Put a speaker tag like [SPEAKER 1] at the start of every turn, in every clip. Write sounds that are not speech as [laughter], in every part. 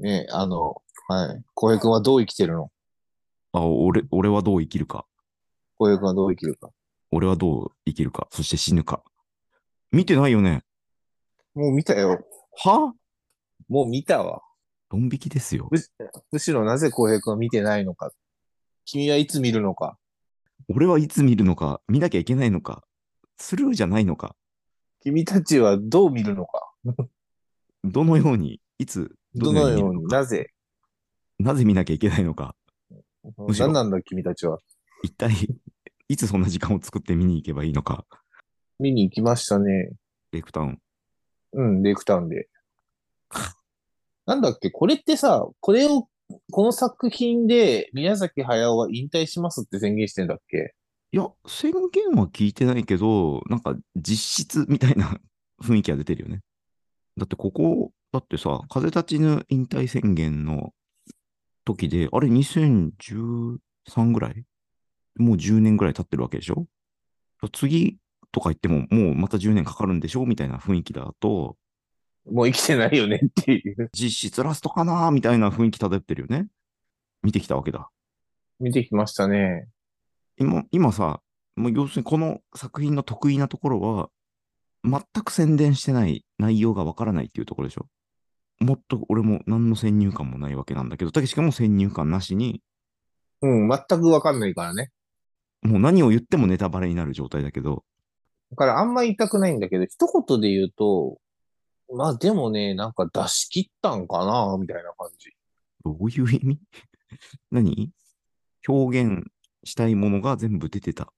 [SPEAKER 1] ね、あの、はい。浩平君はどう生きてるの
[SPEAKER 2] あ、俺、俺はどう生きるか。
[SPEAKER 1] 浩平君はどう生きるか。
[SPEAKER 2] 俺はどう生きるか。そして死ぬか。見てないよね。
[SPEAKER 1] もう見たよ。
[SPEAKER 2] は
[SPEAKER 1] もう見たわ。
[SPEAKER 2] ドン引きですよ。
[SPEAKER 1] むしろなぜ浩平君は見てないのか。君はいつ見るのか。
[SPEAKER 2] 俺はいつ見るのか、見なきゃいけないのか、スルーじゃないのか、
[SPEAKER 1] 君たちはどう見るのか。
[SPEAKER 2] どのように、いつ、
[SPEAKER 1] どの
[SPEAKER 2] 見
[SPEAKER 1] よう
[SPEAKER 2] る
[SPEAKER 1] に、
[SPEAKER 2] のか
[SPEAKER 1] なぜ。
[SPEAKER 2] なぜ見なきゃいけないのか、むしろ
[SPEAKER 1] 何なんだ君たちは。
[SPEAKER 2] 一体、いつそんな時間を作って見に行けばいいのか、
[SPEAKER 1] 見に行きましたね。
[SPEAKER 2] レイクタウン。
[SPEAKER 1] うん、レイクタウンで。なんだっけ、これってさ、これを、この作品で宮崎駿は引退しますって宣言してんだっけ
[SPEAKER 2] いや、宣言は聞いてないけど、なんか実質みたいな [laughs] 雰囲気は出てるよね。だってここ、だってさ、風立ちぬ引退宣言の時で、あれ2013ぐらいもう10年ぐらい経ってるわけでしょ次とか言っても、もうまた10年かかるんでしょみたいな雰囲気だと、
[SPEAKER 1] もう生きてないよねっていう。
[SPEAKER 2] 実質ラストかなみたいな雰囲気漂ってるよね。見てきたわけだ。
[SPEAKER 1] 見てきましたね。
[SPEAKER 2] 今今さ、もう要するにこの作品の得意なところは、全く宣伝してない内容がわからないっていうところでしょ。もっと俺も何の先入観もないわけなんだけど、たけしかも先入観なしに、
[SPEAKER 1] うん、全くわかんないからね。
[SPEAKER 2] もう何を言ってもネタバレになる状態だけど、
[SPEAKER 1] だからあんま言いたくないんだけど、一言で言うと、まあでもね、なんか出し切ったんかな、みたいな感じ。
[SPEAKER 2] どういう意味 [laughs] 何表現したいものが全部出てた。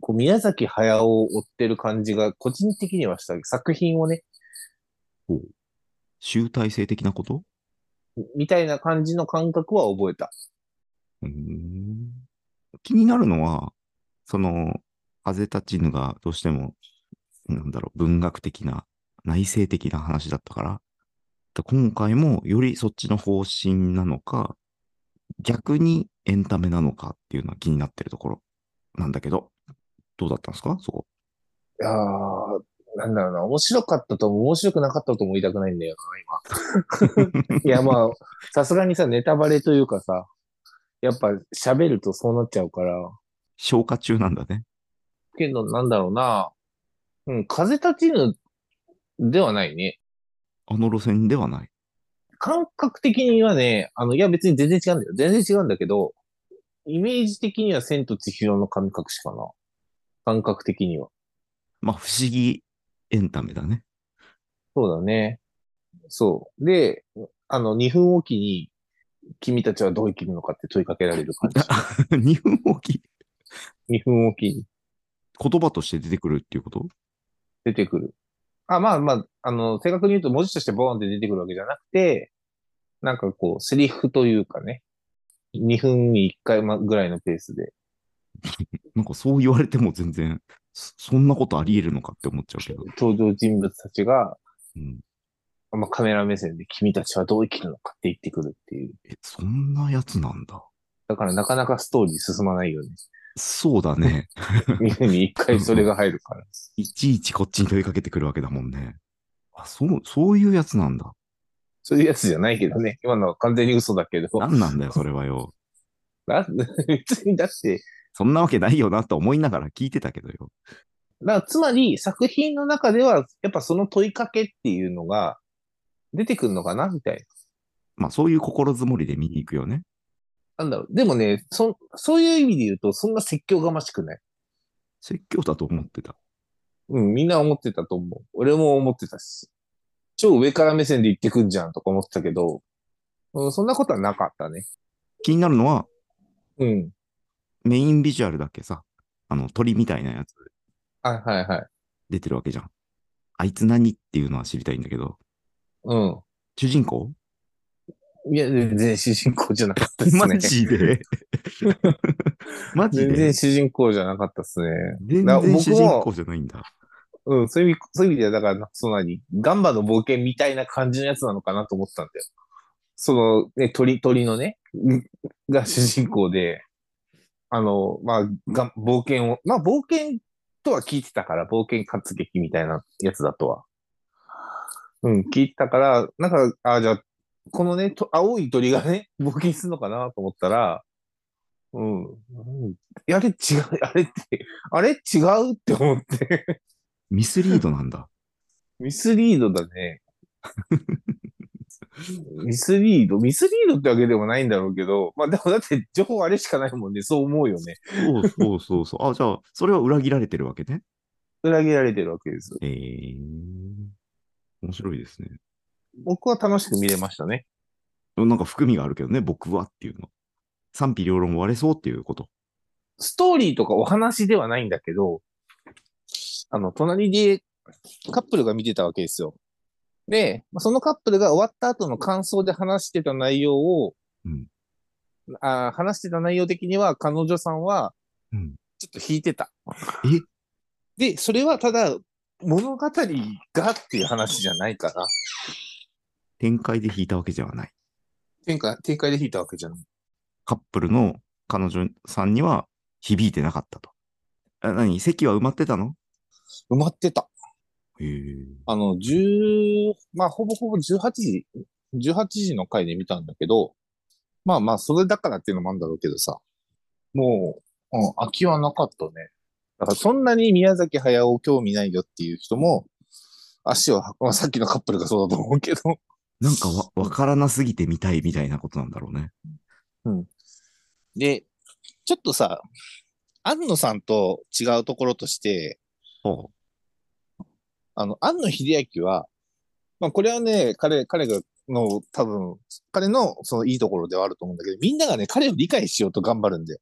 [SPEAKER 1] こう宮崎駿を追ってる感じが個人的にはした。作品をね、
[SPEAKER 2] 集大成的なこと
[SPEAKER 1] みたいな感じの感覚は覚えた。
[SPEAKER 2] うーん気になるのは、その、風立ちぬがどうしても、なんだろう、文学的な、内省的な話だったから、だ今回もよりそっちの方針なのか、逆にエンタメなのかっていうのは気になってるところなんだけど、どうだったんですかそこ。
[SPEAKER 1] いやー、なんだろうな、面白かったとも面白くなかったとも言いたくないんだよな、今。いや、まあ、さすがにさ、ネタバレというかさ、やっぱ喋るとそうなっちゃうから、
[SPEAKER 2] 消化中なんだね。
[SPEAKER 1] けど、なんだろうな、うん、風立ちぬではないね。
[SPEAKER 2] あの路線ではない。
[SPEAKER 1] 感覚的にはね、あの、いや別に全然違うんだよ。全然違うんだけど、イメージ的には千と千尋の神隠しかな。感覚的には。
[SPEAKER 2] まあ、不思議エンタメだね。 [laughs]
[SPEAKER 1] そうだね。そう。で、あの、2分おきに、君たちはどう生きるのかって問いかけられる感じ。
[SPEAKER 2] 2分おき、
[SPEAKER 1] 2分おきに
[SPEAKER 2] 言葉として出てくるっていうこと
[SPEAKER 1] 出てくる。あ、まあまあ、あの、正確に言うと文字としてボーンって出てくるわけじゃなくて、なんかこう、セリフというかね、2分に1回まぐらいのペースで。
[SPEAKER 2] なんかそう言われても全然、そそんなことあり得るのかって思っちゃうけど。
[SPEAKER 1] 登場人物たちが、
[SPEAKER 2] うん、
[SPEAKER 1] まあ、カメラ目線で君たちはどう生きるのかって言ってくるっていう。
[SPEAKER 2] え、そんなやつなんだ。
[SPEAKER 1] だからなかなかストーリー進まないよね。
[SPEAKER 2] そうだね。
[SPEAKER 1] 2分に1回それが入るから。
[SPEAKER 2] いちいちこっちに問いかけてくるわけだもんね。あ、そう、そういうやつなんだ。
[SPEAKER 1] そういうやつじゃないけどね。今のは完全に嘘だけど。
[SPEAKER 2] なんなんだよ、それはよ。
[SPEAKER 1] な [laughs] 別にだって、
[SPEAKER 2] そんなわけないよなと思いながら聞いてたけどよ。
[SPEAKER 1] だからつまり作品の中では、やっぱその問いかけっていうのが出てくるのかなみたい
[SPEAKER 2] まあそういう心づもりで見に行くよね。
[SPEAKER 1] な。なんだろう。でもね、そ、そういう意味で言うと、そんな説教がましくない。
[SPEAKER 2] 説教だと思ってた。
[SPEAKER 1] うん、みんな思ってたと思う。俺も思ってたし。超上から目線で言ってくんじゃんとか思ってたけど、うん、そんなことはなかったね。
[SPEAKER 2] 気になるのは、
[SPEAKER 1] うん。
[SPEAKER 2] メインビジュアルだっけさ、あの鳥みたいなやつ
[SPEAKER 1] はいはいはい。
[SPEAKER 2] 出てるわけじゃん。あいつ何っていうのは知りたいんだけど、
[SPEAKER 1] う
[SPEAKER 2] 主人公
[SPEAKER 1] ん。いや、全然主人公じゃなかったですね。
[SPEAKER 2] マ
[SPEAKER 1] [laughs]
[SPEAKER 2] ジでマジ
[SPEAKER 1] 全
[SPEAKER 2] で
[SPEAKER 1] 然主人公じゃなかったっすね。
[SPEAKER 2] 全
[SPEAKER 1] な僕
[SPEAKER 2] 然
[SPEAKER 1] も
[SPEAKER 2] 主人公じゃないんだ。
[SPEAKER 1] うん、そういう意味、そういう意味では、だから、その何、ガンバの冒険みたいな感じのやつなのかなと思ったんだよ。その、ね、鳥、鳥のね、んが主人公で、あの、まあ、が冒険を、まあ、冒険とは聞いてたから、冒険活劇みたいなやつだとは。うん、聞いてたから、なんか、ああ、じゃあ、このね、と青い鳥がね、 [laughs] 冒険するのかなと思ったら、うん。うんあれ違う、あれって、あれ違うって思って。
[SPEAKER 2] ミスリードなんだ。
[SPEAKER 1] ミスリードだね。ミスリードミスリードってわけでもないんだろうけど、まあでもだって情報あれしかないもんね、そう思うよね。
[SPEAKER 2] そうそうそうそう。あ、じゃあ、それは裏切られてるわけね。
[SPEAKER 1] 裏切られてるわけです。
[SPEAKER 2] えー、面白いですね。
[SPEAKER 1] 僕は楽しく見れましたね。
[SPEAKER 2] なんか含みがあるけどね、僕はっていうの。賛否両論割れそうっていうこと。
[SPEAKER 1] ストーリーとかお話ではないんだけど、あの、隣でカップルが見てたわけですよ。で、まあそのカップルが終わった後の感想で話してた内容を、
[SPEAKER 2] うん
[SPEAKER 1] あー話してた内容的には彼女さんは
[SPEAKER 2] うん。
[SPEAKER 1] ちょっと引いてた。
[SPEAKER 2] え
[SPEAKER 1] で、それはただ物語がっていう話じゃないから、
[SPEAKER 2] 展開で引いたわけではない。
[SPEAKER 1] 展開、展開で引いたわけじゃない。
[SPEAKER 2] カップルの彼女さんには響いてなかったと。あ何席は埋まってたの
[SPEAKER 1] 埋まってた。
[SPEAKER 2] へー
[SPEAKER 1] あの、10、まあ、ほぼほぼ18時、18時の回で見たんだけど、まあまあ、それだからっていうのもあるんだろうけどさ、もう、うん、空きはなかったね。だから、そんなに宮崎駿興味ないよっていう人も、足を運ぶ、まあさっきのカップルがそうだと思うけど、
[SPEAKER 2] なんかわわからなすぎて見たいみたいなことなんだろうね。
[SPEAKER 1] で、ちょっとさ、安野さんと違うところとして、
[SPEAKER 2] ほ
[SPEAKER 1] あの、安野秀明は、まあ、これはね、彼、彼が、の、多分、彼の、その、いいところではあると思うんだけど、みんながね、彼を理解しようと頑張るんだよ。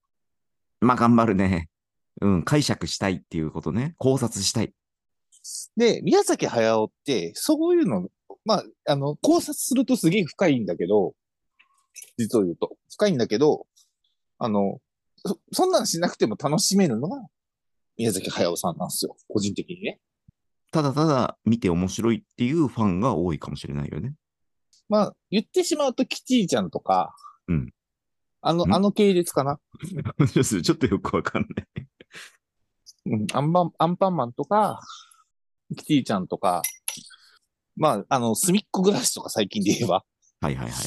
[SPEAKER 2] う。まあ頑張るね。うん、解釈したいっていうことね。考察したい。
[SPEAKER 1] で、宮崎駿って、そういうの、まあ、あの、考察するとすげえ深いんだけど、実を言うと、深いんだけど、あの、そそんなんしなくても楽しめるのが、宮崎駿さんなんですよ。個人的にね。
[SPEAKER 2] ただただ見て面白いっていうファンが多いかもしれないよね。 [laughs]
[SPEAKER 1] まあ、言ってしまうと、キティちゃんとか、
[SPEAKER 2] うん
[SPEAKER 1] あの
[SPEAKER 2] う、ん
[SPEAKER 1] あの系列かな。
[SPEAKER 2] ちょっとちょっとよくわかんない。
[SPEAKER 1] うん、アンパン、アンパンマンとか、キティちゃんとか、まあ、あの、隅っこ暮らしとか最近で言えば、
[SPEAKER 2] はいはいはい。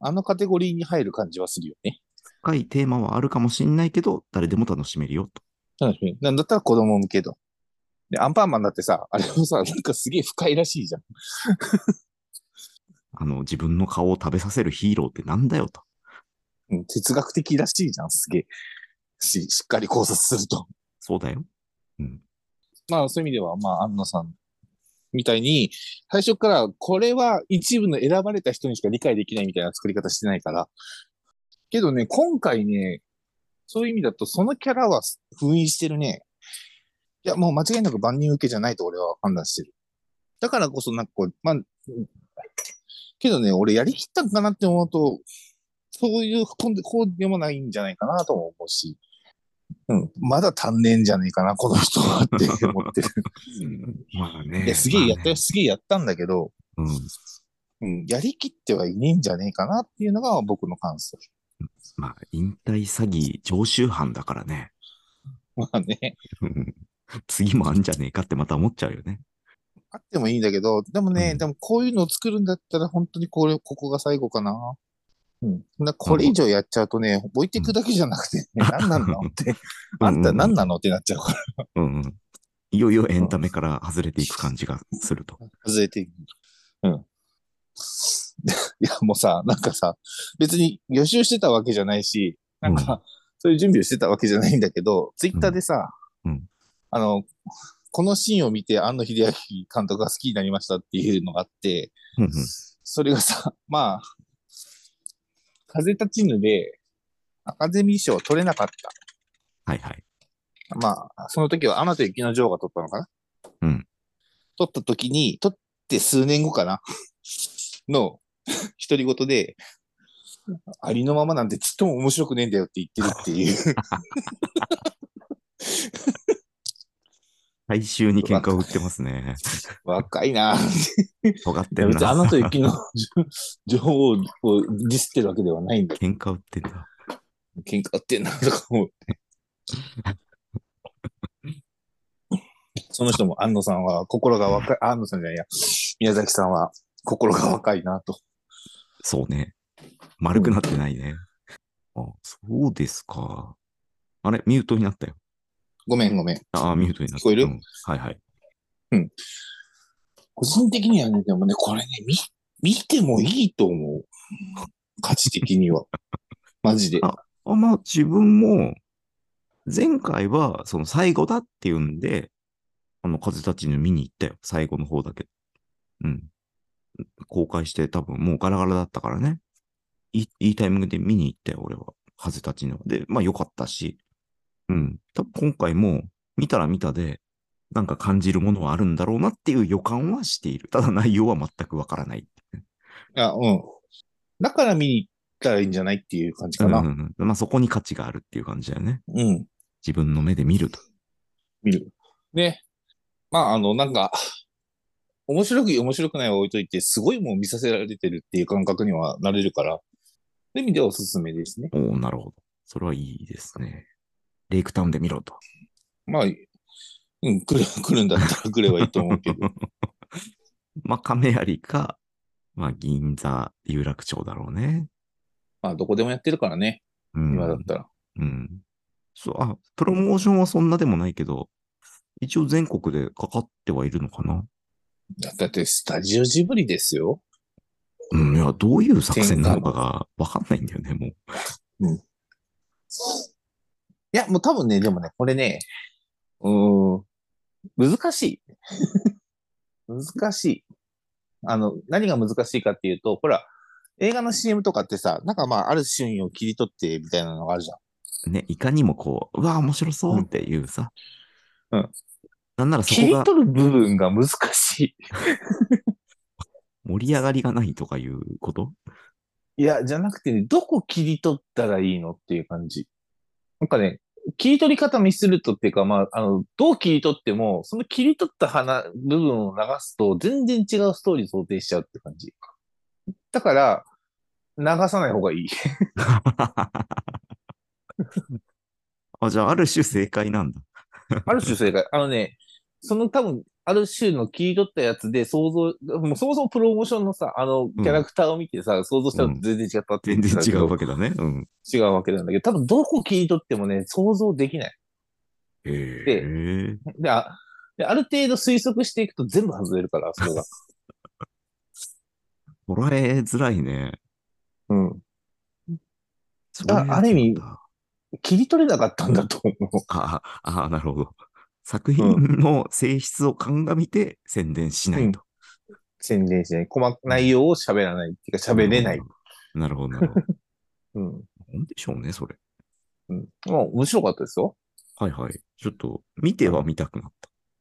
[SPEAKER 1] あのカテゴリーに入る感じはするよね。
[SPEAKER 2] 深いテーマはあるかもしんないけど、誰でも楽しめるよと。
[SPEAKER 1] 楽しみ。なんだったら子供向けと。で、アンパンマンだってさ、あれもさ、なんかすげえ深いらしいじゃん。
[SPEAKER 2] あの、自分の顔を食べさせるヒーローってなんだよと。
[SPEAKER 1] うん、哲学的らしいじゃん、すげえ。し、しっかり考察すると。
[SPEAKER 2] そうだよ。
[SPEAKER 1] まあそういう意味では、まあ、安野さんみたいに、最初からこれは一部の選ばれた人にしか理解できないみたいな作り方してないから。けどね、今回ね、そういう意味だと、そのキャラは封印してるね。いや、もう間違いなく万人受けじゃないと俺は判断してる。だからこそ、なんかこう、まあ、うんけどね、俺やりきったんかなって思うと、そういう、こんでこうでもないんじゃないかなとも思うし、うん、まだ足んねえんじゃねえかな、この人はって思ってる。
[SPEAKER 2] まあね
[SPEAKER 1] いや、すげえやったよ、すげえやったんだけど、
[SPEAKER 2] まあね
[SPEAKER 1] うん、やりきってはいねえんじゃねえかなっていうのが僕の感想。
[SPEAKER 2] うん。まあ、引退詐欺常習犯だからね。 [laughs]
[SPEAKER 1] まあね、
[SPEAKER 2] うん次もあんじゃねえかってまた思っちゃうよね。
[SPEAKER 1] あってもいいんだけど、でもね、
[SPEAKER 2] うん
[SPEAKER 1] でもこういうのを作るんだったら本当にこれ、ここが最後かな。うん。なこれ以上やっちゃうとね、置いていくだけじゃなく [laughs] て、ね、何なのって、あんた何なのってなっちゃうから、
[SPEAKER 2] うんうん。いよいよエンタメから外れていく感じがすると。
[SPEAKER 1] 外 [laughs] れていく。うん。いや、もうさ、なんかさ、別に予習してたわけじゃないし、なんか、そういう準備をしてたわけじゃないんだけど、ツイッターでさ、
[SPEAKER 2] うん
[SPEAKER 1] あの、このシーンを見て、庵野秀明監督が好きになりましたっていうのがあって、
[SPEAKER 2] うんうん
[SPEAKER 1] それがさ、 [laughs] まあ、風立ちぬで、アカデミー賞を取れなかっ
[SPEAKER 2] はいはい。
[SPEAKER 1] た。まあ、その時はアナと雪の女王が取ったのかな
[SPEAKER 2] うん
[SPEAKER 1] 取った時に、取って数年後かな [laughs] の、 [laughs] 独り言で、ありのままなんてちっとも面白くねえんだよって言ってるっていう。
[SPEAKER 2] [laughs] 最終に喧嘩を売ってますね。
[SPEAKER 1] 若いなぁ。
[SPEAKER 2] 尖っ
[SPEAKER 1] い
[SPEAKER 2] て
[SPEAKER 1] や
[SPEAKER 2] ん
[SPEAKER 1] 別にあ
[SPEAKER 2] な。
[SPEAKER 1] なた雪の [laughs] 女王をディスってるわけではないんだ。
[SPEAKER 2] 喧嘩売ってんだ。
[SPEAKER 1] 喧嘩売ってんなとか思う。
[SPEAKER 2] [laughs]
[SPEAKER 1] その人も安野さんは心が若い、安野さんじゃないや、宮崎さんは心が若いなと。
[SPEAKER 2] そうね。丸くなってないね。あ、そうですか。あれ、ミュートになったよ。
[SPEAKER 1] ごめんごめん。
[SPEAKER 2] ああ、ミュートになった。
[SPEAKER 1] 聞こえる
[SPEAKER 2] うんはいはい。
[SPEAKER 1] 個人的にはね、でもね、これね、見、見てもいいと思う。価値的
[SPEAKER 2] [laughs]
[SPEAKER 1] には。マジで。
[SPEAKER 2] あ、まあ自分も、前回はその最後だっていうんで、あの風たちに見に行ったよ。最後の方だけ。うん。公開して多分もうガラガラだったからね。いいいいタイミングで見に行ったよ、俺は。風たちの。で、まあ良かったし。うん。多分今回も見たら見たで、なんか感じるものはあるんだろうなっていう予感はしている。ただ内容は全くわからない。
[SPEAKER 1] あ、うん。だから見に行ったらいいんじゃないっていう感じか
[SPEAKER 2] うん
[SPEAKER 1] な。
[SPEAKER 2] うんうんまあそこに価値があるっていう感じだよね。
[SPEAKER 1] うん。
[SPEAKER 2] 自分の目で見ると。
[SPEAKER 1] 見る。で、まあ、あの、なんか、面白く面白くないは置いといて、すごいもう見させられてるっていう感覚にはなれるから、そういう意味ではおすすめですね。
[SPEAKER 2] おおなるほど。それはいいですね。レイクタウンで見ろと。
[SPEAKER 1] まあ、うん、来る、 [laughs] 来るんだったら来ればいいと思うけど。
[SPEAKER 2] まあ、亀有か、まあ、銀座、有楽町だろうね。
[SPEAKER 1] まあ、どこでもやってるからね、
[SPEAKER 2] うん。
[SPEAKER 1] 今だったら。
[SPEAKER 2] うん。そう、あ、プロモーションはそんなでもないけど、一応全国でかかってはいるのかな。
[SPEAKER 1] だって、スタジオジブリですよ。
[SPEAKER 2] うん、いや、どういう作戦なのかがわかんないんだよね、もう。
[SPEAKER 1] いや、もう多分ね、でもね、これね、うーん、難しい。 [laughs] 難しい。あの、何が難しいかっていうと、ほら、映画の CM とかってさ、なんかまあ、あるシーンを切り取ってみたいなのがあるじゃん。
[SPEAKER 2] ね、いかにもこう、うわあ、面白そうっていうさ。
[SPEAKER 1] うんうん
[SPEAKER 2] なんならそ
[SPEAKER 1] 切
[SPEAKER 2] こ
[SPEAKER 1] り
[SPEAKER 2] が
[SPEAKER 1] 取る部分が難しい。
[SPEAKER 2] 盛り上がりがないとかいうこと
[SPEAKER 1] いや、じゃなくてね、どこ切り取ったらいいのっていう感じ。なんかね、切り取り方ミスるとっていうか、まあ、あの、どう切り取っても、その切り取った花、部分を流すと、全然違うストーリー想定しちゃうって感じ。だから、流さない方がいい。
[SPEAKER 2] [laughs] [laughs] あ、じゃあ、ある種正解なんだ。
[SPEAKER 1] ある種正解。あのね、その多分、ある種の切り取ったやつで想像、もうそもそもプロモーションのさ、あの、
[SPEAKER 2] うん
[SPEAKER 1] キャラクターを見てさ、想像したのと全然違ったって言
[SPEAKER 2] 全
[SPEAKER 1] ってた
[SPEAKER 2] 然違
[SPEAKER 1] けど
[SPEAKER 2] うわけだね。うん。
[SPEAKER 1] 違うわけなんだけど、多分どこ切り取ってもね、想像できない。
[SPEAKER 2] へえ。
[SPEAKER 1] で、あ、である程度推測していくと全部外れるから、それが。
[SPEAKER 2] 捉えづらいね。
[SPEAKER 1] うん。
[SPEAKER 2] そういうやつなんだ
[SPEAKER 1] ある意味切り取れなかったんだと思う。 [laughs]
[SPEAKER 2] ああ、あなるほど。作品の性質を鑑みて宣伝しないと。
[SPEAKER 1] 宣伝しない。細か内容を喋らない。っていうか喋れない。。
[SPEAKER 2] なるほど、なるほど。
[SPEAKER 1] うん。
[SPEAKER 2] なんでしょうね、それ。
[SPEAKER 1] うん。もう面白かったですよ。
[SPEAKER 2] はいはい。ちょっと、見ては見たくなった。